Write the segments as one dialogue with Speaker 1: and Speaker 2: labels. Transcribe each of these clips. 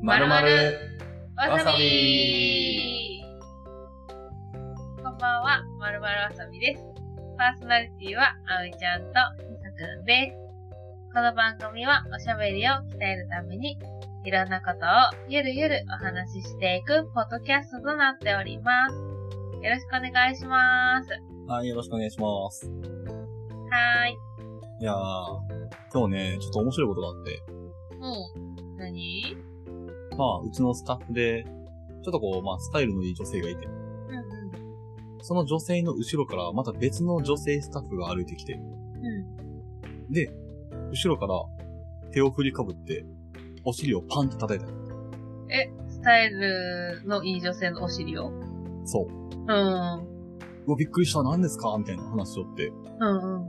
Speaker 1: まるまる
Speaker 2: わさ
Speaker 1: わさ
Speaker 2: び
Speaker 1: び
Speaker 2: こんばんは、まるまるわさびです。パーソナリティは、あおいちゃんとひさくんです。この番組は、おしゃべりを鍛えるために、いろんなことをゆるゆるお話ししていくポッドキャストとなっております。よろしくお願いします。
Speaker 1: はい、よろしくお願いします。
Speaker 2: はーい。
Speaker 1: いやー、今日ね、ちょっと面白いことがあって、
Speaker 2: うん。何
Speaker 1: まあ、うちのスタッフで、ちょっとこう、まあ、スタイルのいい女性がいて、
Speaker 2: うんう
Speaker 1: その女性の後ろから、また別の女性スタッフが歩いてきて、
Speaker 2: ん。うん。
Speaker 1: で、後ろから、手を振りかぶって、お尻をパンって叩いた。
Speaker 2: スタイルのいい女性のお尻を。
Speaker 1: そう。
Speaker 2: うん。うん
Speaker 1: うわ、びっくりした、何ですかみたいな話しとって、
Speaker 2: うん。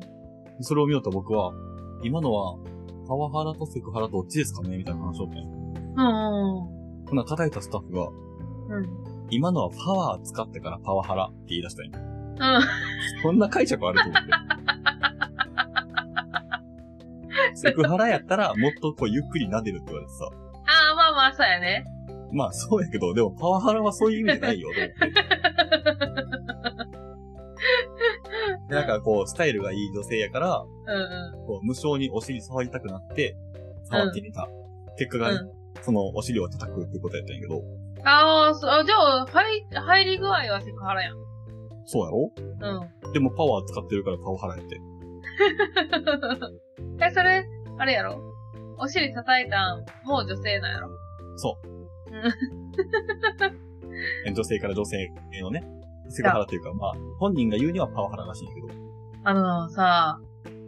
Speaker 1: それを見よった僕は、今のは、パワハラとセクハラどっちですかねみたいな話をって。
Speaker 2: うんうん。
Speaker 1: ほな、叩いたスタッフが、
Speaker 2: うん。
Speaker 1: 今のはパワー使ってからパワハラって言い出したんや
Speaker 2: うん。
Speaker 1: こんな解釈あると 思って。セクハラやったら、もっとこう、ゆっくり撫でるって言われてさ。
Speaker 2: ああ、まあまあ、そうやね。
Speaker 1: まあ、そうやけど、でも、パワハラはそういう意味じゃないよ、と思って。 でなんかこう、スタイルがいい女性やから、
Speaker 2: うんう
Speaker 1: こう、無性にお尻触りたくなって、触ってみた。結果がね、その、お尻を叩くってことやったんやけど、
Speaker 2: ん。ああ、そう、じゃあ、入、入り具合はセクハラやん。
Speaker 1: そうやろ
Speaker 2: うん。
Speaker 1: でもパワー使ってるからパワハラやって。
Speaker 2: え、それ、あれやろお尻叩いたん、もう女性なんやろ
Speaker 1: そう。
Speaker 2: うん
Speaker 1: え女性から女性へのね、セクハラっていうか、まあ、本人が言うにはパワハラらしいんやけど、
Speaker 2: あのさ、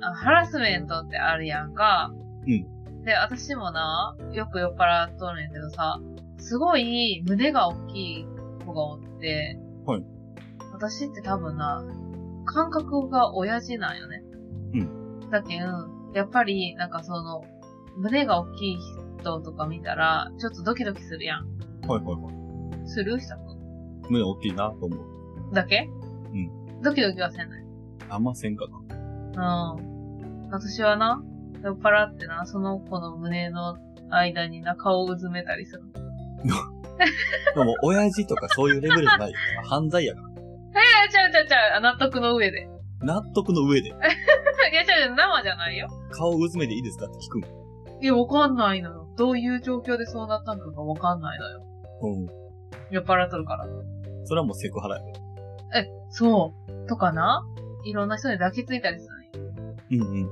Speaker 2: あハラスメントってあるやんか。。
Speaker 1: うん
Speaker 2: で、私もな、よく酔っ払っとるんやけどさ、すごい胸が大きい子がおって、
Speaker 1: はい。
Speaker 2: 私って多分な、感覚が親父なんよね。。
Speaker 1: うん
Speaker 2: だけん、やっぱり、なんかその、胸が大きい人とか見たら、ちょっとドキドキするやん。
Speaker 1: はいはいはい。
Speaker 2: するしたく
Speaker 1: 胸大きいなと思う。
Speaker 2: だけ
Speaker 1: ん
Speaker 2: ドキドキはせんの
Speaker 1: あんませんかな。
Speaker 2: うん。私はな、酔っ払ってな、その子の胸の間にな、顔をうずめたりする。
Speaker 1: でも、親父とかそういうレベルじゃないよ。犯罪やから。
Speaker 2: いや、ちゃうちゃうちゃう、納得の上で。い
Speaker 1: 納得の上で、
Speaker 2: や、ちゃうちゃう、生じゃないよ。
Speaker 1: 顔をうずめていいですかって聞くの。
Speaker 2: いや、わかんないのよ。どういう状況でそうなったんかがわかんないのよ。
Speaker 1: う
Speaker 2: 酔っ払っとるから。
Speaker 1: ん。それはもうセクハラや。
Speaker 2: そう。とかな、いろんな人に抱きついたりするのよ。
Speaker 1: うんうん。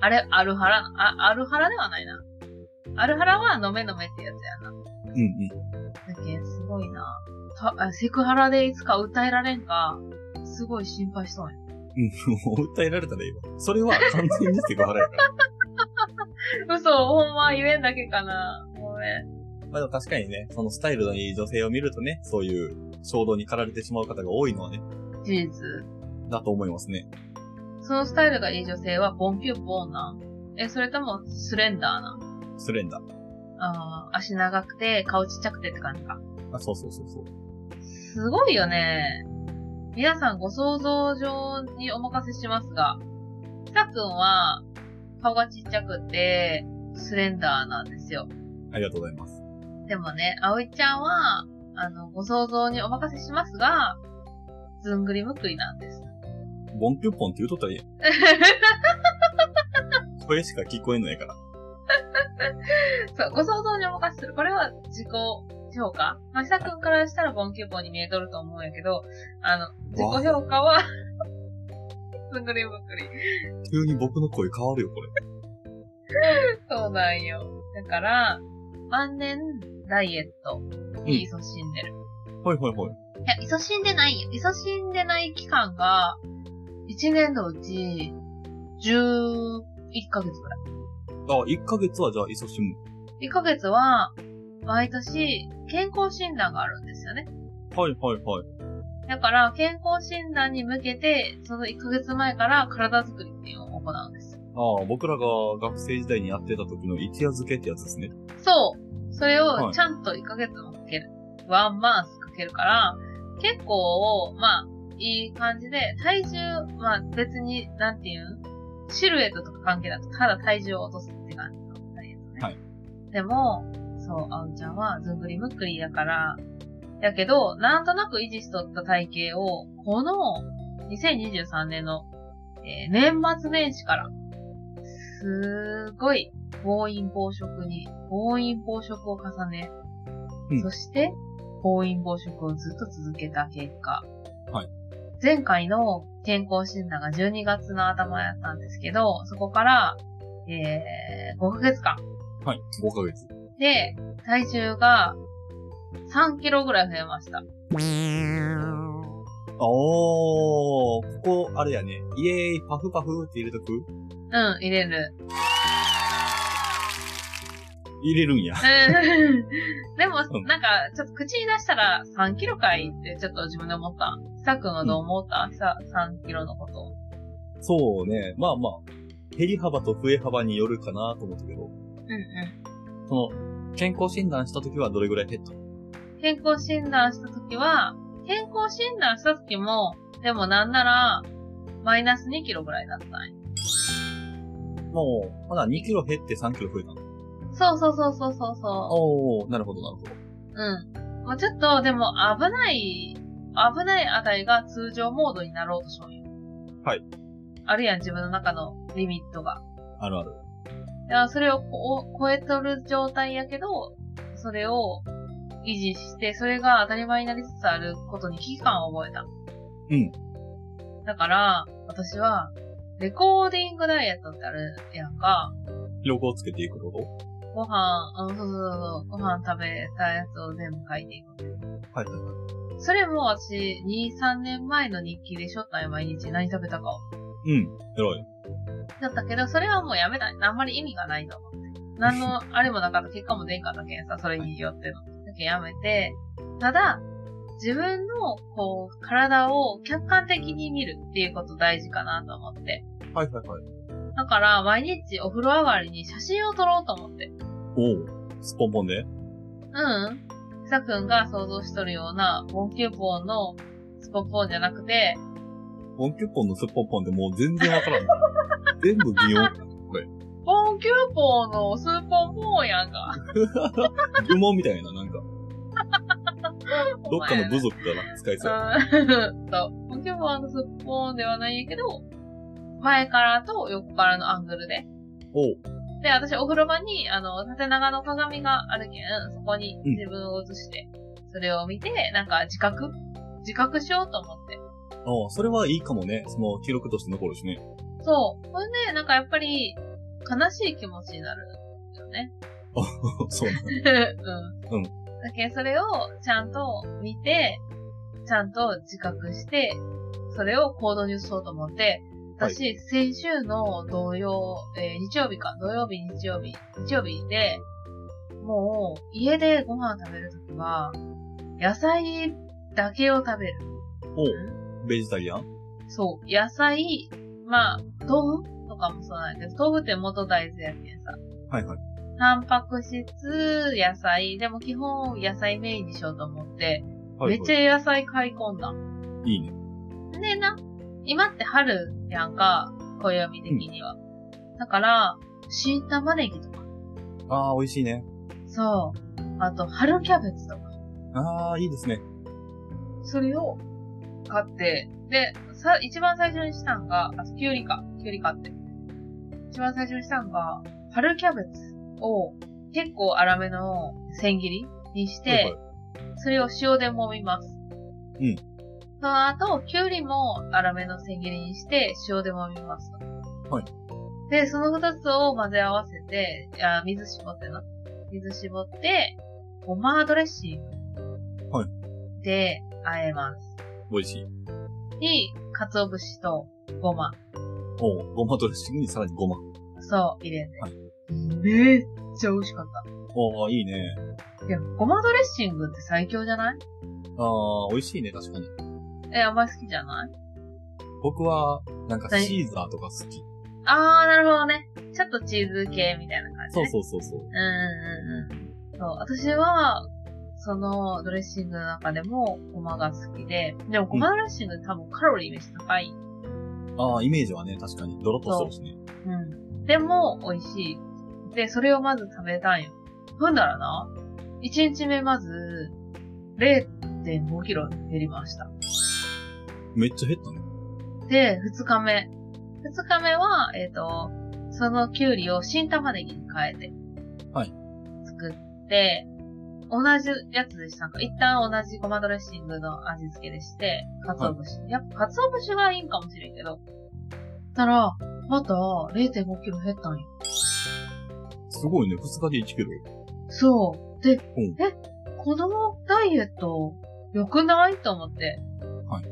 Speaker 2: あれ、アルハラ、あ、アルハラではないな。アルハラは飲め飲めってやつやな。
Speaker 1: うんうん。
Speaker 2: だけどすごいな。たあセクハラでいつか歌えられんか、すごい心配しそうや。
Speaker 1: うん。もう訴えられたらいいわ。それは完全にセクハラやから。
Speaker 2: 嘘、ほんま言えんだけかな。ごめん。
Speaker 1: まあでも確かにね、そのスタイルのいい女性を見るとね、そういう衝動に駆られてしまう方が多いのはね、
Speaker 2: 事実。
Speaker 1: だと思いますね。
Speaker 2: そのスタイルがいい女性はボンピューボーなんえ、それともスレンダーなん
Speaker 1: スレンダー。
Speaker 2: あー足長くて、顔ちっちゃくてって感じか。
Speaker 1: あ、そうそうそうそう。
Speaker 2: すごいよね。皆さんご想像上にお任せしますが、ひさくんは、顔がちっちゃくて、スレンダーなんですよ。
Speaker 1: ありがとうございます。
Speaker 2: でもね、葵ちゃんは、あの、ご想像にお任せしますが、ずんぐりむっくりなんです。
Speaker 1: ボンピュッポンって言うとったらいいやん。声しか聞こえないから。
Speaker 2: そう、ご想像にお任せする。これは自己評価。まあ、久くんからしたらボンキューボンに見えとると思うんやけど、あの、自己評価は、ずんぐりむっくり。
Speaker 1: 急に僕の声変わるよ、これ。
Speaker 2: そうなんよ。だから、万年ダイエットに勤しんでる。
Speaker 1: はいはいはい。
Speaker 2: いや、勤しんでないよ。勤しんでない期間が、1年のうち、11ヶ月くらい。
Speaker 1: あ、1ヶ月はじゃあ、勤しむ。
Speaker 2: 1ヶ月は、毎年、健康診断があるんですよね。
Speaker 1: はいはいはい。
Speaker 2: だから、健康診断に向けて、その1ヶ月前から体作りっていうのを行うんですよ。
Speaker 1: ああ、僕らが学生時代にやってた時の一夜漬けってやつですね。
Speaker 2: そう。それを
Speaker 1: はい
Speaker 2: ちゃんと1ヶ月もかける。ワンマンスかけるから、結構、まあ、いい感じで、体重、まあ別に、なんていうんシルエットとか関係なく、ただ体重を落とすって感じのダイエットね。
Speaker 1: はい
Speaker 2: でも、そそう、あおちゃんはずんぐりむっくりだから、だけど、なんとなく維持しとった体型を、この2023年の、えー年末年始から、すごい暴飲暴食に、暴飲暴食を重ね、
Speaker 1: うん
Speaker 2: そして暴飲暴食をずっと続けた結果、
Speaker 1: はい
Speaker 2: 前回の健康診断が12月の頭やったんですけど、そこから、えー5ヶ月間、
Speaker 1: はい。5ヶ月。
Speaker 2: で、体重が3キロぐらい増えました。
Speaker 1: おー、ここ、あれやね。イエーイ、パフパフって入れとく
Speaker 2: うん、入れる。
Speaker 1: 入れるんや。
Speaker 2: うん。 でも
Speaker 1: う、ん
Speaker 2: なんか、ちょっと口に出したら3キロかいってちょっと自分で思った。ひさくんはどう思ったひさ、3キロのこと。
Speaker 1: そうね。まあまあ、減り幅と増え幅によるかなと思ったけど、
Speaker 2: うんう
Speaker 1: その、健康診断した時はどれぐらい減ったの
Speaker 2: ん。健康診断した時は、健康診断した時も、でもなんなら、マイナス2キロぐらいだったんや
Speaker 1: もう、まだ2キロ減って3キロ増えたの。
Speaker 2: そうそうそうそうそうそう。
Speaker 1: おー、なるほどなるほど。
Speaker 2: うん。もうちょっと、でも危ない、危ないあたりが通常モードになろうとしようよ。
Speaker 1: はい。
Speaker 2: あるやん、自分の中のリミットが。
Speaker 1: あるある。
Speaker 2: だからそれをこ超えとる状態やけど、それを維持して、それが当たり前になりつつあることに危機感を覚えた。
Speaker 1: うん。
Speaker 2: だから、私は、レコーディングダイエットってあるやんか、
Speaker 1: 記録をつけていくこと
Speaker 2: ご飯、うん、そうそうそう、ご飯食べたやつを全部書いていく。
Speaker 1: はいはいはい。
Speaker 2: それも私、2、3年前の日記でしょったよ、毎日。何食べたかを。
Speaker 1: うん、偉い。
Speaker 2: だったけど、それはもうやめたい。あんまり意味がないと思って。何のあれもなかった、結果も出んかったけんさ、それによっての。だけんやめて、ただ、自分の、こう、体を客観的に見るっていうこと大事かなと思って。
Speaker 1: はいはいはい。
Speaker 2: だから、毎日お風呂上がりに写真を撮ろうと思って。
Speaker 1: おー、スポンポンで
Speaker 2: うん。ひさくんが想像しとるような、ボンキューポンのスポポンじゃなくて、
Speaker 1: ポンキュッポンのスポンポンでもう全然わ からんない。全部擬音、
Speaker 2: ボンキューポーのスーポンポンやんか。
Speaker 1: 呪文みたいな、なんか、ど
Speaker 2: お
Speaker 1: っか
Speaker 2: 前
Speaker 1: の
Speaker 2: ら
Speaker 1: 部族から使いそうや。
Speaker 2: うん。 そう。ボンキューポーのスーポンではないんやけど、前からと横からのアングルで。
Speaker 1: おう、
Speaker 2: で、私お風呂場に、あの、縦長の鏡があるけん、そこに
Speaker 1: うん
Speaker 2: 自分を映して、それを見て、なんか自覚自覚しようと思って。
Speaker 1: ああ、それはいいかもね。その記録として残るしね。
Speaker 2: そう。ほんで、なんかやっぱり、悲しい気持ちになるんだよね。
Speaker 1: そうなんだ
Speaker 2: う
Speaker 1: うん
Speaker 2: ん。だけどそれをちゃんと見て、ちゃんと自覚して、それを行動に移そうと思って、
Speaker 1: はい
Speaker 2: 私、先週の同様、えー日曜日か、土曜日、日曜日、日曜日で、もう、家でご飯食べるときは、野菜だけを食べる。
Speaker 1: おう、ベジタリアン
Speaker 2: そう、野菜、まあ、豆腐とかもそうなんやけど、豆腐って元大豆やけんさ。
Speaker 1: はいはい。
Speaker 2: タンパク質、野菜、でも基本野菜メインにしようと思って、
Speaker 1: はい、はい。
Speaker 2: めっちゃ野菜買い込んだ。
Speaker 1: いいね。
Speaker 2: でな、今って春やんか、暦的には。だから、新玉ねぎとか、
Speaker 1: ああ、美味しいね。
Speaker 2: そう、あと春キャベツとか、
Speaker 1: ああ、いいですね。
Speaker 2: それを買って、で、さ、一番最初にしたんが、あ、きゅうりか、きゅうり買って。一番最初にしたんが、春キャベツを結構粗めの千切りにして、
Speaker 1: はいはい、
Speaker 2: それを塩で揉みます。
Speaker 1: うん。
Speaker 2: その後、きゅうりも粗めの千切りにして、塩で揉みます。
Speaker 1: はい。
Speaker 2: で、その二つを混ぜ合わせて、あ水絞ってな。水絞って、ごまドレッシング。
Speaker 1: はい。
Speaker 2: で、和えます。
Speaker 1: 美味しい。
Speaker 2: に、鰹節とごま。
Speaker 1: おう、ごまドレッシングにさらにごま。
Speaker 2: そう、入れて。
Speaker 1: は
Speaker 2: めっちゃ美味しかっ
Speaker 1: おあ、いいね。
Speaker 2: た。いや、ごまドレッシングって最強じゃない
Speaker 1: ああ、美味しいね、確かに。
Speaker 2: え、あんまり好きじゃない
Speaker 1: 僕は、なんか
Speaker 2: はい
Speaker 1: シーザーとか好き。
Speaker 2: あー、なるほどね。ちょっとチーズ系みたいな感じ、ね。
Speaker 1: そうそうそうそう。
Speaker 2: うんうんうんうん。そう、私は、そのドレッシングの中でもごまが好きで、でもごまドレッシングって多分カロリーめっちゃ高い。
Speaker 1: ああ、イメージはね、確かに。ドロッとしてるしね。
Speaker 2: うん。でも、美味しい。で、それをまず食べたんよ。ほんだらな、 1日目まず、0.5キロ減りました。
Speaker 1: めっちゃ減ったね。
Speaker 2: で、2日目。2日目は、えっ、と、そのキュウリを新玉ねぎに変えて。
Speaker 1: はい。
Speaker 2: 作って、同じやつでしたか一旦同じごまドレッシングの味付けでして、鰹節。やっぱ鰹節はいいんかもしれんけど。たら、また0.5キロ減ったんよ。
Speaker 1: すごいね。2日で1キロ。
Speaker 2: そう。で、
Speaker 1: うん
Speaker 2: え、このダイエット、良くないと思って。
Speaker 1: はい。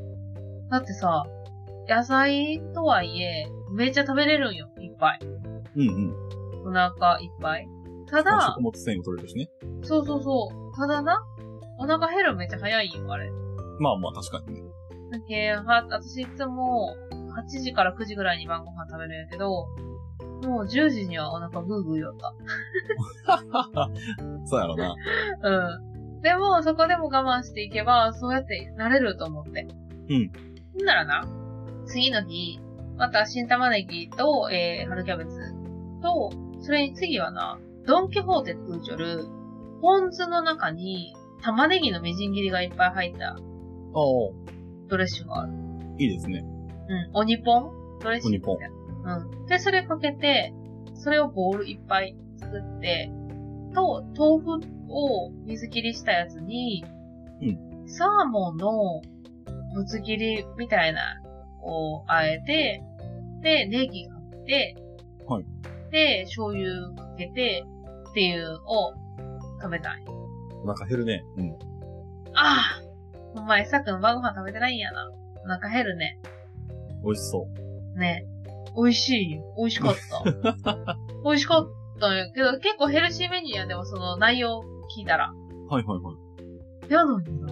Speaker 2: だってさ、野菜とはいえ、めっちゃ食べれるんよ、いっぱい。
Speaker 1: うんうん。
Speaker 2: お腹いっぱい。
Speaker 1: まあ
Speaker 2: ただ
Speaker 1: 食、物繊維も取れるしね。
Speaker 2: そうそうそう。ただな、お腹減るのめっちゃ早いよ、あれ。
Speaker 1: まあまあ確かにね。
Speaker 2: だけは、私いつも、8時から9時ぐらいに晩ご飯食べるんやけど、もう10時にはお腹グーグーよった。
Speaker 1: そうやろな。
Speaker 2: うん。でも、そこでも我慢していけば、そうやってなれると思って。
Speaker 1: うん。
Speaker 2: ほんならな、次の日、また新玉ねぎと、えー、春キャベツと、それに次はな、ドンキホーテで売っちょる、ポン酢の中に、玉ねぎのみじん切りがいっぱい入った
Speaker 1: ああ、
Speaker 2: ドレッシングがある。
Speaker 1: いいですね。
Speaker 2: うん。鬼ポンドレッシングみたいな。うん。で、それかけて、それをボウルいっぱい作って、と、豆腐を水切りしたやつに、うん。サーモンのぶつ切りみたいな、をあえて、で、ネギかけて、
Speaker 1: はい。
Speaker 2: で、醤油かけて、っていうを食べたい。
Speaker 1: お腹減るね。うん。
Speaker 2: ああお前、さっくん晩ご飯食べてないんやな。お腹減るね。
Speaker 1: 美味しそう。
Speaker 2: ね、美味しいよ。美味しかった。 美味しかったんやけど、結構ヘルシーメニューやんでもその内容聞いたら。
Speaker 1: はいはいはい。
Speaker 2: やのにな、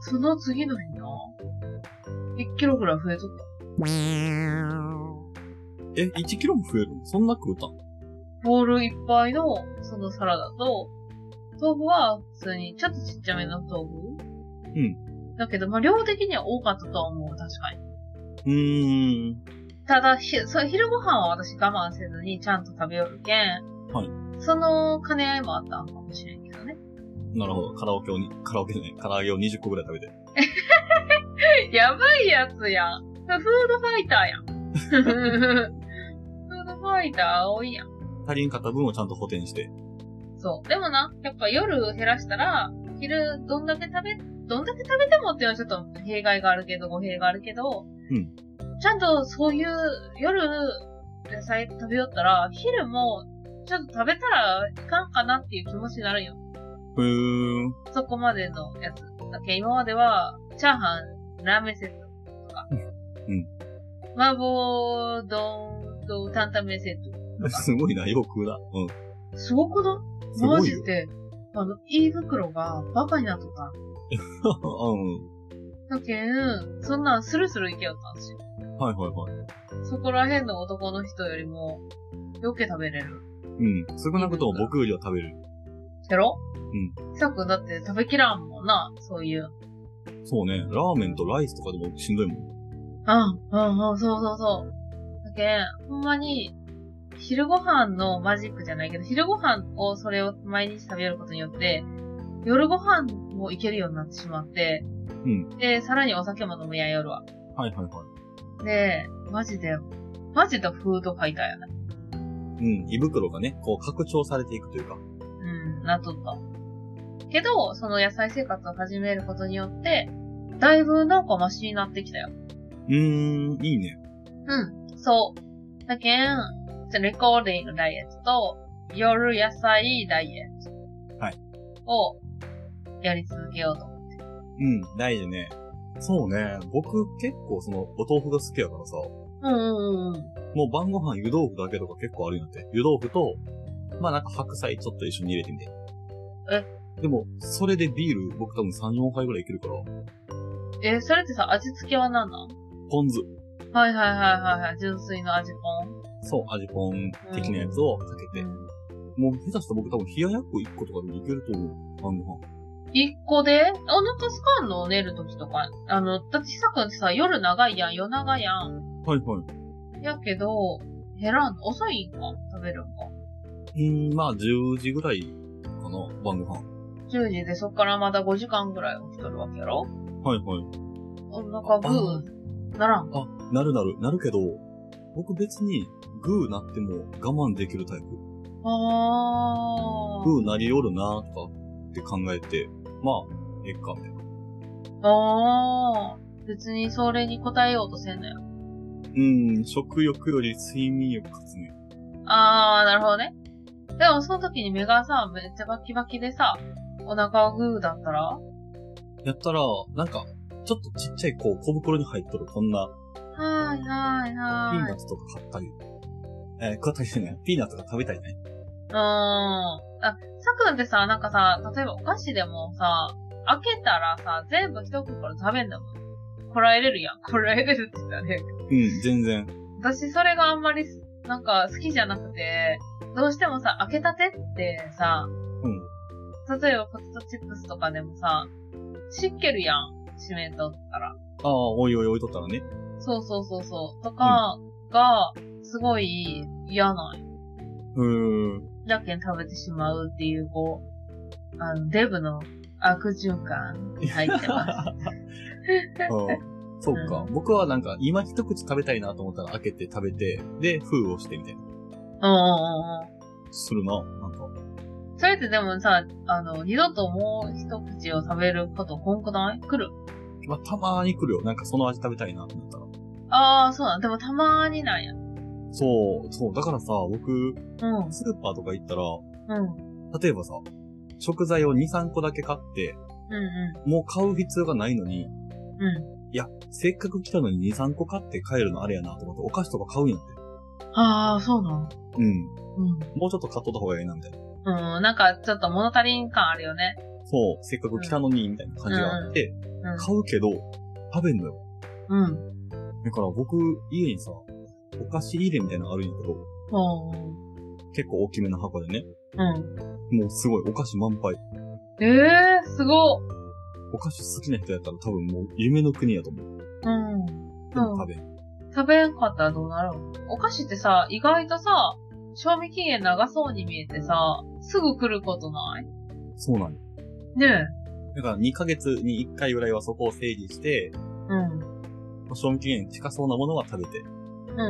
Speaker 2: その次の日な、1キロぐらい増えとった。
Speaker 1: え、1キロも増えるのそんな食うたん
Speaker 2: ボールいっぱいのそのサラダと、豆腐は普通にちょっとちっちゃめの豆腐
Speaker 1: う
Speaker 2: だけど、まあ量的には多かったとは思う、確かに。
Speaker 1: うーん。
Speaker 2: ただ、ひそう昼ご飯は私我慢せずにちゃんと食べよるけん、
Speaker 1: はい
Speaker 2: その兼ね合いもあったんかもしれんけどね。
Speaker 1: なるほど。カラオケをに、カラオケじゃない。唐揚げを20個ぐらい食べて。
Speaker 2: やばいやつやん。フードファイターやん。フードファイター多いやん。
Speaker 1: 足りんかった分をちゃんと補填して。
Speaker 2: そう。でもな、やっぱ夜減らしたら、昼どんだけ食べ、どんだけ食べてもっていうのはちょっと弊害があるけど、語弊があるけど、
Speaker 1: うん
Speaker 2: ちゃんとそういう夜野菜食べよったら、昼もちょっと食べたらいかんかなっていう気持ちになるんよ。
Speaker 1: うーん。
Speaker 2: そこまでのやつ。だけ今までは、チャーハン、ラーメンセットとか、
Speaker 1: うん。
Speaker 2: 麻婆丼と担々麺セッ ト。
Speaker 1: すごいな。よう食うな。うん。
Speaker 2: すごくな
Speaker 1: す
Speaker 2: い
Speaker 1: ご
Speaker 2: マ
Speaker 1: い
Speaker 2: ジ
Speaker 1: よ。
Speaker 2: で、あの、胃袋がバカになっとった。
Speaker 1: う
Speaker 2: だけん、そんなんスルスルいけよったんですよ。
Speaker 1: ん。はいはいはい。
Speaker 2: そこら辺の男の人よりも、よけ食べれる。
Speaker 1: うん。少なくとも僕よりは食べる。
Speaker 2: やろ
Speaker 1: う
Speaker 2: さっくんだって食べきらんもんな、そういう。
Speaker 1: そうね。ラーメンとライスとかでもしんどいもん。
Speaker 2: うん、うん、うん、そうそうそう。だけん、ほんまに、昼ご飯のマジックじゃないけど、昼ご飯をそれを毎日食べることによって、夜ご飯もいけるようになってしまって、
Speaker 1: ん
Speaker 2: で、さらにお酒も飲むやん、夜は。
Speaker 1: はいはいはい。
Speaker 2: で、マジで、マジでフードファイターやな。
Speaker 1: うん。胃袋がね、こう拡張されていくというか。
Speaker 2: うん、なっとった。けど、その野菜生活を始めることによって、だいぶなんかマシになってきたよ。
Speaker 1: うーん。いいね。
Speaker 2: うん、そう。だけん、レコーディングダイエットと、夜野菜ダイエット。
Speaker 1: はい。
Speaker 2: を、やり続けようと。
Speaker 1: うん。大事ね。そうね。僕結構その、お豆腐が好きやからさ。
Speaker 2: うんうんうんうん。
Speaker 1: もう晩ご飯湯豆腐だけとか結構あるんやって。湯豆腐と、まあなんか白菜ちょっと一緒に入れてみて。でも、それでビール、僕多分3、4杯ぐらいいけるから、
Speaker 2: え、それってさ、味付けは何なん
Speaker 1: ポン酢。
Speaker 2: はいはいはいはいはい、純粋の味ポン。
Speaker 1: そう、味ポン的なやつをかけて。もう下手したら僕多分冷ややっこ1個とかでもいけると思う。晩ご飯。
Speaker 2: 一個で、お腹すかんの寝るときとか。あの、だってさくんってさ、夜長いやん、夜長やん。
Speaker 1: はいはい。
Speaker 2: やけど、減らん、遅いんか食べるんか。
Speaker 1: うーん、まあ10時ぐらいかかな晩ご飯。
Speaker 2: 10時でそっからまた5時間ぐらい起きとるわけやろ
Speaker 1: はいはい。
Speaker 2: お腹グーならん。
Speaker 1: あ、なるなる、なるけど、僕別にグーなっても我慢できるタイプ。
Speaker 2: あー。
Speaker 1: グーなりおるなーとかって考えて、まあ、えっか、みたいな。
Speaker 2: あー。別にそれに応えようとせんのよ。
Speaker 1: うん、食欲より睡眠欲勝つね。
Speaker 2: あー、なるほどね。でもその時に目がさ、めっちゃバキバキでさ、お腹グーだったら
Speaker 1: やったら、なんか、ちょっとちっちゃいこう小袋に入っとるこんな
Speaker 2: はいはい
Speaker 1: ピーナ
Speaker 2: は
Speaker 1: ッツとか買ったり、えー、買ったりしてね、ピーナッツが食べたりね。
Speaker 2: い。うーん。あ、さくんってさ、なんかさ、例えばお菓子でもさ、開けたらさ、全部一袋食べんだもん。こらえれるやん。こらえれるって言ったらね。
Speaker 1: うん、全然。
Speaker 2: 私それがあんまりす、なんか好きじゃなくて、どうしてもさ、開けたてってさ、
Speaker 1: うん。
Speaker 2: 例えばポテトチップスとかでもさ、湿気るやん。締めとったら。
Speaker 1: ああ、おいおい置いとったらね。
Speaker 2: そうそうそうそう。とか、が、すごい嫌なんよ
Speaker 1: うーん。
Speaker 2: だけん食べてしまうっていう、こう、あの、デブの悪循環に入ってます。
Speaker 1: うんそうか。僕はなんか、今一口食べたいなと思ったら開けて食べて、で、封をしてみたいな。
Speaker 2: うんうんうんう
Speaker 1: するな。なんか。
Speaker 2: ん。それってでもさ、あの、二度ともう一口を食べることこんくない来る
Speaker 1: まあ、たまーに来るよ。なんかその味食べたいなと思ったら。
Speaker 2: ああ、そうなん。でもたまーになんや。
Speaker 1: そう、そう。だからさ、僕、
Speaker 2: うん。
Speaker 1: スーパーとか行ったら、
Speaker 2: うん。
Speaker 1: 例えばさ、食材を2、3個だけ買って、
Speaker 2: うんう
Speaker 1: もう買う必要がないのに、
Speaker 2: ん。う
Speaker 1: いや、せっかく来たのに2、3個買って帰るのあれやなと思って、お菓子とか買うんやって。
Speaker 2: ん。ああ、そうなん。
Speaker 1: うん。
Speaker 2: うん。
Speaker 1: もうちょっと買っとった方がいいな、みたいな。
Speaker 2: うん、なんかちょっと物足りん感あるよね。
Speaker 1: そう、せっかく来たのに、みたいな感じがあって、
Speaker 2: う
Speaker 1: 買うけど、食べんのよ。
Speaker 2: ん。うん。
Speaker 1: だから僕、家にさ、お菓子入れみたいなのあるんやけど、
Speaker 2: ほう。
Speaker 1: 結構大きめの箱でね。
Speaker 2: うん。
Speaker 1: もうすごい、お菓子満杯。
Speaker 2: ええー、すごっ。
Speaker 1: お菓子好きな人やったら多分もう夢の国やと思う。
Speaker 2: うん。
Speaker 1: でも食べん。
Speaker 2: 食べんかったらどうなるのお菓子ってさ、意外とさ、賞味期限長そうに見えてさ、すぐ来ることない
Speaker 1: そうなんよ
Speaker 2: ねえ。
Speaker 1: だから2ヶ月に1回ぐらいはそこを整理して、
Speaker 2: うん。
Speaker 1: 賞味期限近そうなものは食べて、
Speaker 2: うん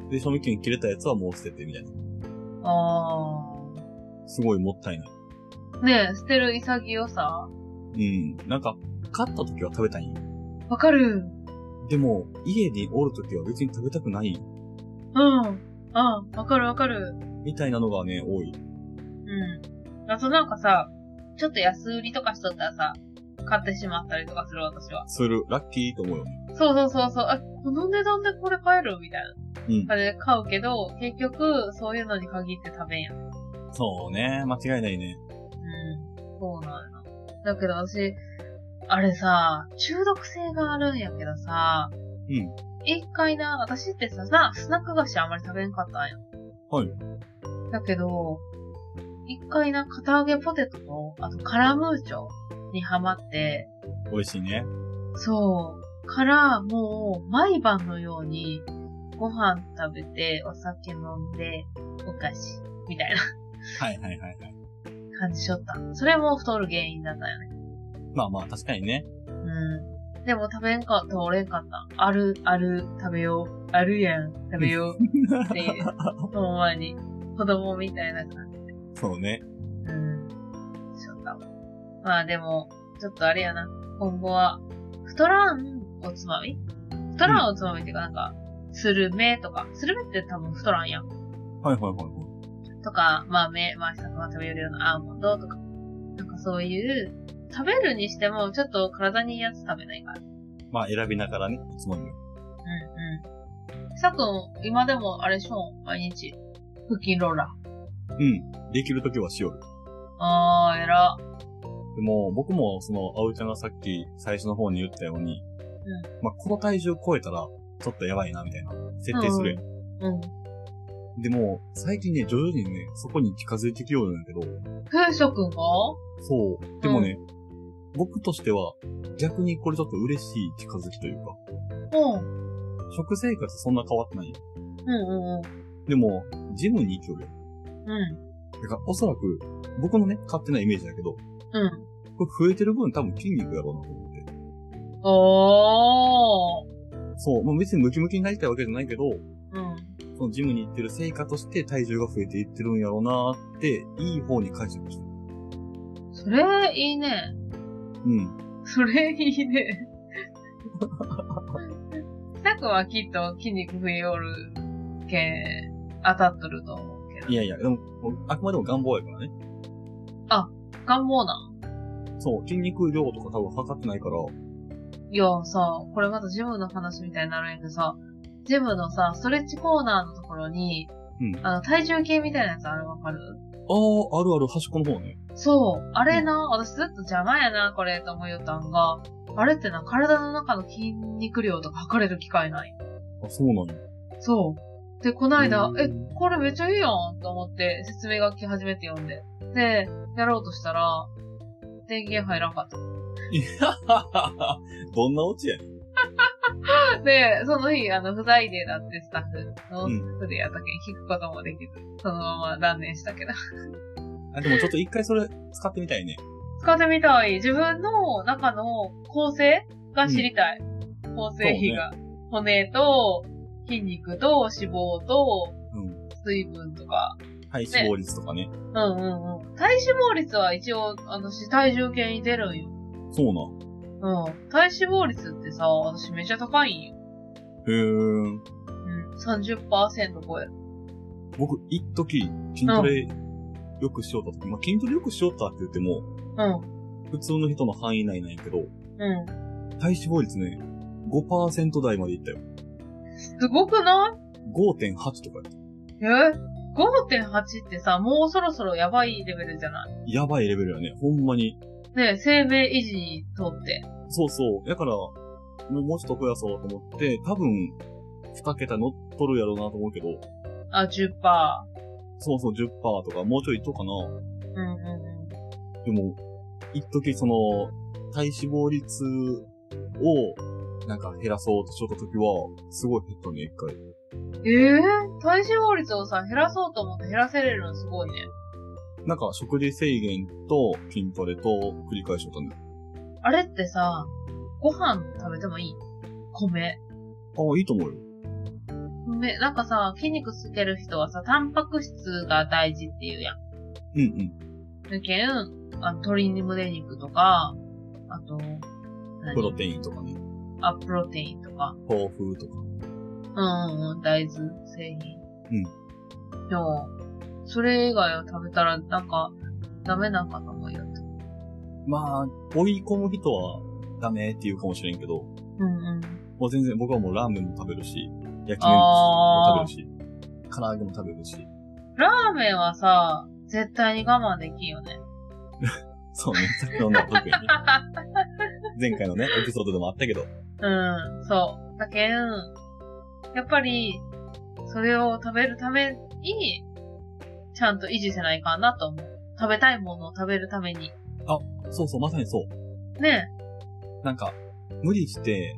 Speaker 2: うん
Speaker 1: で、賞味期限切れたやつはもう捨ててみたいな。
Speaker 2: うん。あ
Speaker 1: すごいもったいない。
Speaker 2: ー。ねえ、捨てる潔さ
Speaker 1: うん。なんか、買った時は食べたいんよ。
Speaker 2: わかる。
Speaker 1: でも、家におる時は別に食べたくない
Speaker 2: うん。うん。わかるわかる。
Speaker 1: みたいなのがね、多い。
Speaker 2: うん。あとなんかさ、ちょっと安売りとかしとったらさ、買ってしまったりとかする私は。
Speaker 1: する。ラッキーと思うよね。
Speaker 2: そうそうそうそう。あ、この値段でこれ買えるみたいな
Speaker 1: うん。
Speaker 2: 感じで買うけど、結局、そういうのに限って食べんやん。うん。
Speaker 1: そうね。間違いないね。
Speaker 2: そうなんやな。だけど私、あれさ、中毒性があるんやけどさ、
Speaker 1: うん。
Speaker 2: 一回な、私ってさ、さスナック菓子あんまり食べんかったんや。
Speaker 1: はい。
Speaker 2: だけど、一回な、片揚げポテトと、あとカラムーチョにハマって、
Speaker 1: 美味しいね。
Speaker 2: そう。から、もう、毎晩のように、ご飯食べて、お酒飲んで、お菓子、みたいな
Speaker 1: はいはいはいはい。
Speaker 2: 感じしょった。それも太る原因だったよね。
Speaker 1: まあまあ、確かにね。
Speaker 2: うん。でも食べんかった、折れんかった。ある、ある、食べよう。あるやん、食べよう。っていう、ほんまに、子供みたいな感じ。
Speaker 1: そうね。
Speaker 2: うん。しょったわ。まあでも、ちょっとあれやな。今後は、太らんおつまみ太らんおつまみっていうか、なんか、スルメとか、スルメって多分太らんやん。
Speaker 1: はいはいはいはい。
Speaker 2: とか、まあ目、まあ下が食べれるようなアーモンドとか、なんかそういう、食べるにしても、ちょっと体にいいやつ食べないから。うん
Speaker 1: まあ、選びながらね、おつまみを。
Speaker 2: うん。さくん、今でもあれしょん、毎日。腹筋ローラー。
Speaker 1: うん。できるときはしよる。
Speaker 2: あー、偉。
Speaker 1: でも、僕も、その、あうちゃんがさっき、最初の方に言ったように、まあ、この体重超えたら、ちょっとやばいな、みたいな、設定するやん。
Speaker 2: うん。
Speaker 1: でも、最近ね、徐々にね、そこに近づいてきようなんだけど、
Speaker 2: ふうしょくんが
Speaker 1: そう。でもね、僕としては、逆にこれちょっと嬉しい近づきというか、
Speaker 2: うん。
Speaker 1: 食生活そんな変わってないよ。
Speaker 2: うんうんうん。
Speaker 1: でも、ジムに行きよるやん
Speaker 2: うん。
Speaker 1: だからおそらく、僕のね、勝手なイメージだけど、
Speaker 2: うん。
Speaker 1: これ増えてる分多分筋肉やろうなと思って。
Speaker 2: おー。
Speaker 1: そう、まあ別にムキムキになりたいわけじゃないけど、
Speaker 2: うん。
Speaker 1: そのジムに行ってる成果として体重が増えていってるんやろうなーって、いい方に解釈してる。
Speaker 2: それ、いいね。
Speaker 1: うん。
Speaker 2: それいいね。タコはきっと筋肉増えおるけん、当たっとると思うけど。
Speaker 1: いやいや、でも、あくまでも願望やからね。
Speaker 2: 願望なん
Speaker 1: そう、筋肉量とか多分測ってないから、
Speaker 2: いや、さ、これまたジムの話みたいになるんやけどさ、ジムのさ、ストレッチコーナーのところに、
Speaker 1: うん
Speaker 2: あの、体重計みたいなやつあれわかる
Speaker 1: ああ、あるある端っこの方ね。
Speaker 2: そう、あれな、私ずっと邪魔やな、これ、と思いよったんが、あれってな、体の中の筋肉量とか測れる機会ない
Speaker 1: あ、そうなんや。
Speaker 2: そう。で、こないだ
Speaker 1: う、ん
Speaker 2: え、これめっちゃいいやんと思って説明書き初めて読んで。で、やろうとしたら、電源入らんかった。
Speaker 1: どんなオチやねん。
Speaker 2: で、その日、あの、不在でだってスタッフのスタッフでやったけん、聞くこともできず、そのまま断念したけど。
Speaker 1: あ、でもちょっと一回それ使ってみたいね。
Speaker 2: 使ってみたい。自分の中の構成が知りたい。構成比が。骨と、筋肉と、脂肪と、
Speaker 1: うん。
Speaker 2: 水分とか、
Speaker 1: 体脂肪率とかね。
Speaker 2: うんうんうん。体脂肪率は一応、私体重計に出るんよ。
Speaker 1: そうなん。
Speaker 2: うん。体脂肪率ってさ、私めっちゃ高いんよ。
Speaker 1: へー。
Speaker 2: うん。30%超える。
Speaker 1: 僕、一時、筋トレよくしようと思って、まあ、筋トレよくしようとはって言っても、
Speaker 2: うん。
Speaker 1: 普通の人の範囲内なんやけど、
Speaker 2: う
Speaker 1: 体脂肪率ね、5%台までいったよ。
Speaker 2: ん。すごくな
Speaker 1: 5.8とかやった
Speaker 2: いえ ?5.8 ってさ、もうそろそろやばいレベルじゃない
Speaker 1: やばいレベルやね。ほんまに。
Speaker 2: ね生命維持にとって。
Speaker 1: そうそう。だから、もうもうちょっと増やそうと思って、多分、2桁乗っとるやろうなと思うけど、
Speaker 2: あ、10%。
Speaker 1: そうそう10%とか、もうちょいいっとうかな。
Speaker 2: うんうんう
Speaker 1: でも、一時その、体脂肪率を、なんか減らそうとしよった時は、すごい減ったね、一回。
Speaker 2: ん。ええ体脂肪率をさ、減らそうと思って減らせれるのすごいね。
Speaker 1: なんか、食事制限と筋トレと繰り返しとったんだよ。
Speaker 2: あれってさ、ご飯食べてもいい米。
Speaker 1: ああ、いいと思うよ。
Speaker 2: 米、なんかさ、筋肉つける人はさ、タンパク質が大事っていうやん。
Speaker 1: うんうん。
Speaker 2: だけん、あの鶏胸肉とか、あと、何
Speaker 1: プロテインとかね、
Speaker 2: あ、プロテインとか、
Speaker 1: 豆腐とか。
Speaker 2: うんうんうん、大豆製品。
Speaker 1: う
Speaker 2: うん。でも、それ以外を食べたら、なんか、ダメなんかと思うよ。
Speaker 1: まあ、追い込む人はダメって言うかもしれんけど、
Speaker 2: うんうん。
Speaker 1: もう全然僕はもうラーメンも食べるし、焼き麺
Speaker 2: あー
Speaker 1: も食べるし、唐揚げも食べるし。
Speaker 2: ラーメンはさ、絶対に我慢できんよね。
Speaker 1: そうね、先ほどの特にね。前回のね、エピソードでもあったけど。
Speaker 2: うん、そう。だけん、やっぱり、それを食べるために、ちゃんと維持せないかんなと思う。食べたいものを食べるために。
Speaker 1: そうそう、まさにそう。
Speaker 2: ね
Speaker 1: なんか、無理して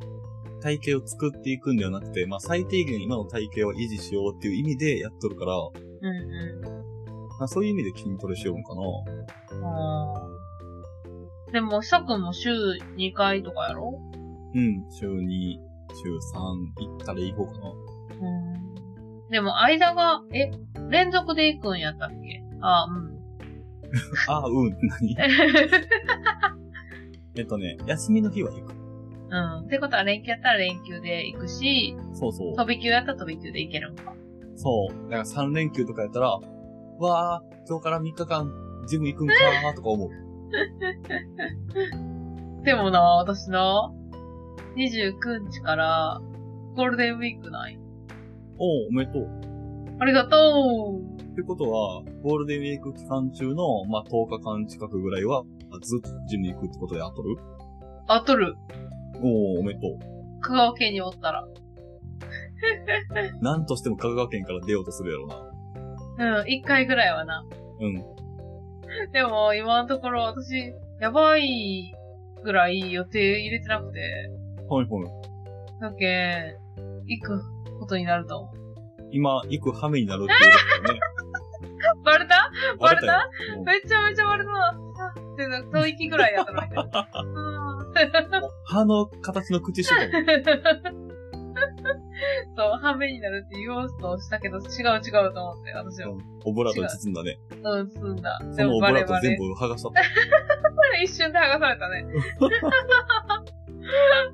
Speaker 1: 体型を作っていくんではなくて、まあ最低限今の体型を維持しようっていう意味でやっとるから、
Speaker 2: え。うんうん。
Speaker 1: まあそういう意味で筋トレしようかな。
Speaker 2: うんでも、さくんも週2回とかやろ
Speaker 1: うん、週2、週3行ったら行こうかな。
Speaker 2: うん。でも、間が、え、連続で行くんやったっけあ、うん。
Speaker 1: ああ、うん、 何えっとね、休みの日は行く。
Speaker 2: うん。ってことは、連休やったら連休で行くし、
Speaker 1: そうそう。
Speaker 2: 飛び級やったら飛び級で行けるんか。
Speaker 1: そう。だから3連休とかやったら、わー、今日から3日間、ジム行くんかーとか思う。
Speaker 2: でもな、私な、29日から、ゴールデンウィークない。
Speaker 1: おう、おめでとう。
Speaker 2: ありがとう
Speaker 1: ってことは、ゴールデンウィーク期間中の、まあ、10日間近くぐらいは、ずっとジムに行くってことで当たる
Speaker 2: あとる。
Speaker 1: おー、おめでと
Speaker 2: 香川県におったら。
Speaker 1: う。なんとしても香川県から出ようとするやろな。
Speaker 2: うん、1回ぐらいはな。
Speaker 1: うん。
Speaker 2: でも、今のところ私、やばいぐらい予定入れてなくて、
Speaker 1: はいはい。
Speaker 2: だけん、行くことになると思う。
Speaker 1: 今、行く羽目になるっていうことだよね。
Speaker 2: バレた バレた
Speaker 1: よ うん
Speaker 2: めちゃめちゃ割れたな。あっての、吐息ぐらいやったのに。うん
Speaker 1: 歯の形の口してたもん。
Speaker 2: そう、半面になるって言おうとしたけど、違う違うと思って、私は。
Speaker 1: オブラートに包んだね。
Speaker 2: うん、済んだ。
Speaker 1: そ
Speaker 2: で
Speaker 1: の
Speaker 2: も
Speaker 1: オブ
Speaker 2: バ
Speaker 1: ラ
Speaker 2: レ
Speaker 1: ート
Speaker 2: バ
Speaker 1: 全
Speaker 2: レ。
Speaker 1: 部剥がした った。
Speaker 2: 一瞬で剥がされ たね。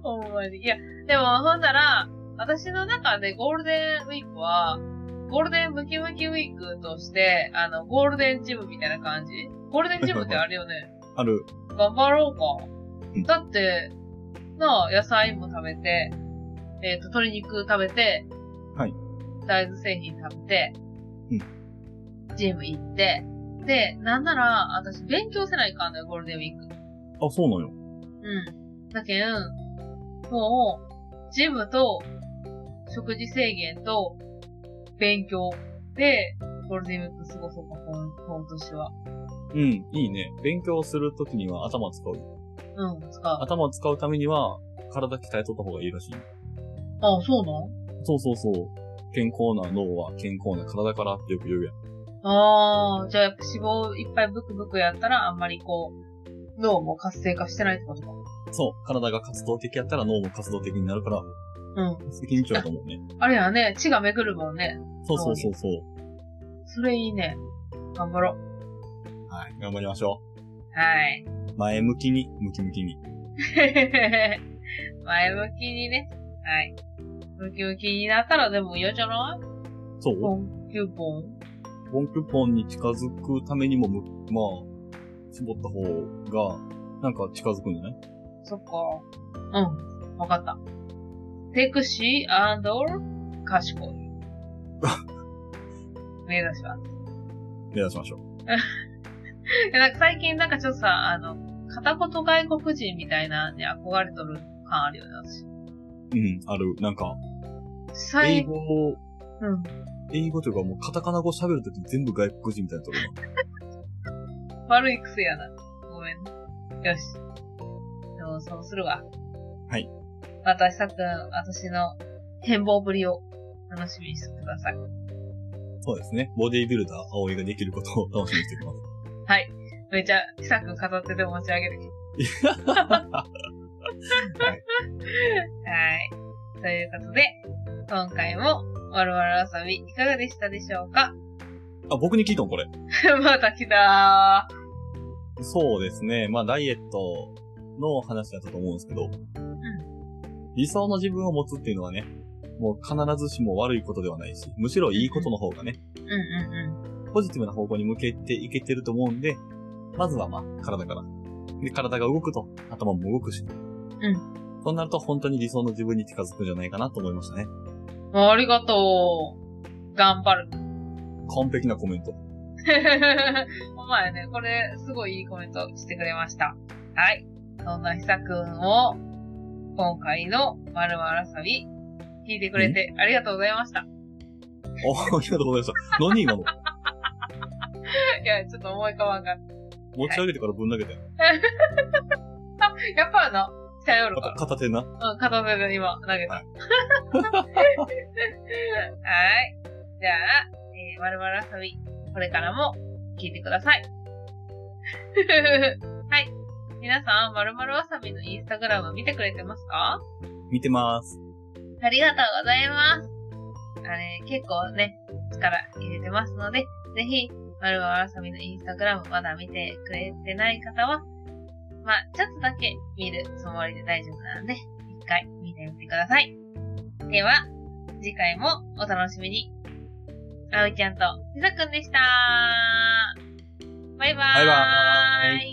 Speaker 2: ほんまに。いや、でも、ほんなら、私の中でゴールデンウィークは、ゴールデンムキムキウィークとして、あの、ゴールデンジムみたいな感じゴールデンジムってあるよね。
Speaker 1: ある。
Speaker 2: 頑張ろ
Speaker 1: うん
Speaker 2: うか。だって、なあ、野菜も食べて、えっ、と、鶏肉食べて、
Speaker 1: はい。
Speaker 2: 大豆製品食べて、
Speaker 1: う
Speaker 2: ジム行って、で、なんなら、私勉強せないかんのよ、ゴールデンウィーク。
Speaker 1: あ、そうなんよ。
Speaker 2: うん。だけん、もう、ジムと、食事制限と、勉強で、ゴールデンウィーク過ごそうか、今今年は。
Speaker 1: うん、いいね。勉強するときには頭使うよ。
Speaker 2: うん、使う。あ、
Speaker 1: 頭を使うためには、体鍛えとった方がいいらしい。
Speaker 2: そうなん
Speaker 1: そうそうそう。健康な脳は健康な体からってよく言うやん。
Speaker 2: ああ、じゃあやっぱ脂肪いっぱいブクブクやったらあんまりこう、脳も活性化してないってことか。
Speaker 1: そう。体が活動的やったら脳も活動的になるから、
Speaker 2: うん。
Speaker 1: 責任長やと思うね。
Speaker 2: あれやね、血が巡るもんね。
Speaker 1: そうそうそうそう。
Speaker 2: それいいね。頑張ろう。
Speaker 1: はい。頑張りましょ
Speaker 2: はい。
Speaker 1: う。前向きに、ムキムキに。
Speaker 2: 前向きにね。はい。ムキムキになったらでも嫌じゃない
Speaker 1: そう。
Speaker 2: ポン、キューポン。
Speaker 1: ポンクポンに近づくためにもむ、まあ、絞った方が、なんか近づくんじゃない
Speaker 2: そっか。うん。わかった。セクシー賢い。目指します。
Speaker 1: 目指しましょう。
Speaker 2: いやなんか最近なんかちょっとさ、あの、片言外国人みたいなのに憧れとる感あるよね、私。
Speaker 1: うん、ある。なんか、英
Speaker 2: 最、
Speaker 1: 語を、
Speaker 2: うん。
Speaker 1: 英語というかもうカタカナ語喋るとき全部外国人みたいなところ。
Speaker 2: 悪い癖やな。ごめんね。よし。でも、そうするわ。
Speaker 1: はい。
Speaker 2: また、さっくん、私の変貌ぶりを楽しみにしてください。
Speaker 1: そうですね。ボディービルダー、葵ができることを楽しみにしてくださ
Speaker 2: めっちゃ、さっくん飾ってて持ち上げる。 はい。ということで、今回も、わるわるわさびいかがでしたでしょう
Speaker 1: い。
Speaker 2: か
Speaker 1: あ、僕に聞いたのこれ。
Speaker 2: また来た
Speaker 1: そうですね。まあ、ダイエットの話だったと思うんですけど、理想の自分を持つっていうのはね、もう必ずしも悪いことではないし、むしろいいことの方がね、
Speaker 2: ー。うんうんうん。
Speaker 1: ポジティブな方向に向けていけてると思うんで、まずはまあ、体から。で、体が動くと、頭も動くし。うん。そうなると本当に理想の自分に近づくんじゃないかなと思いましたね。
Speaker 2: ありがとう。頑張る。
Speaker 1: 完璧なコメント。
Speaker 2: お前ね、これ、すごいいいコメントしてくれました。はい。そんなひさくんを、今回のまるまるさび、聞いてくれてありがとうございました。
Speaker 1: おありがとうございました。何今の
Speaker 2: いや、ちょっと思い浮かばんかっ
Speaker 1: 持ち上げてからぶん投げて。
Speaker 2: た。やっぱあの、来た夜
Speaker 1: 片
Speaker 2: か
Speaker 1: 片手な。
Speaker 2: ら。うん、片手で今、投げ た。は
Speaker 1: はいい。
Speaker 2: じゃあ、えー、まるまるさび、これからも、聞いてください。 はい。皆さん、まるまるわさびのインスタグラム見てくれてますか
Speaker 1: 見てます。
Speaker 2: ありがとうございます。あれ、結構ね、力入れてますので、ぜひ、まるわらさみのインスタグラムまだ見てくれてない方は、まあ、ちょっとだけ見るつもりで大丈夫なので、一回見てみてください。では、次回もお楽しみに。あおいちゃんとひさくんでしたバイバーイ
Speaker 1: バイバーイ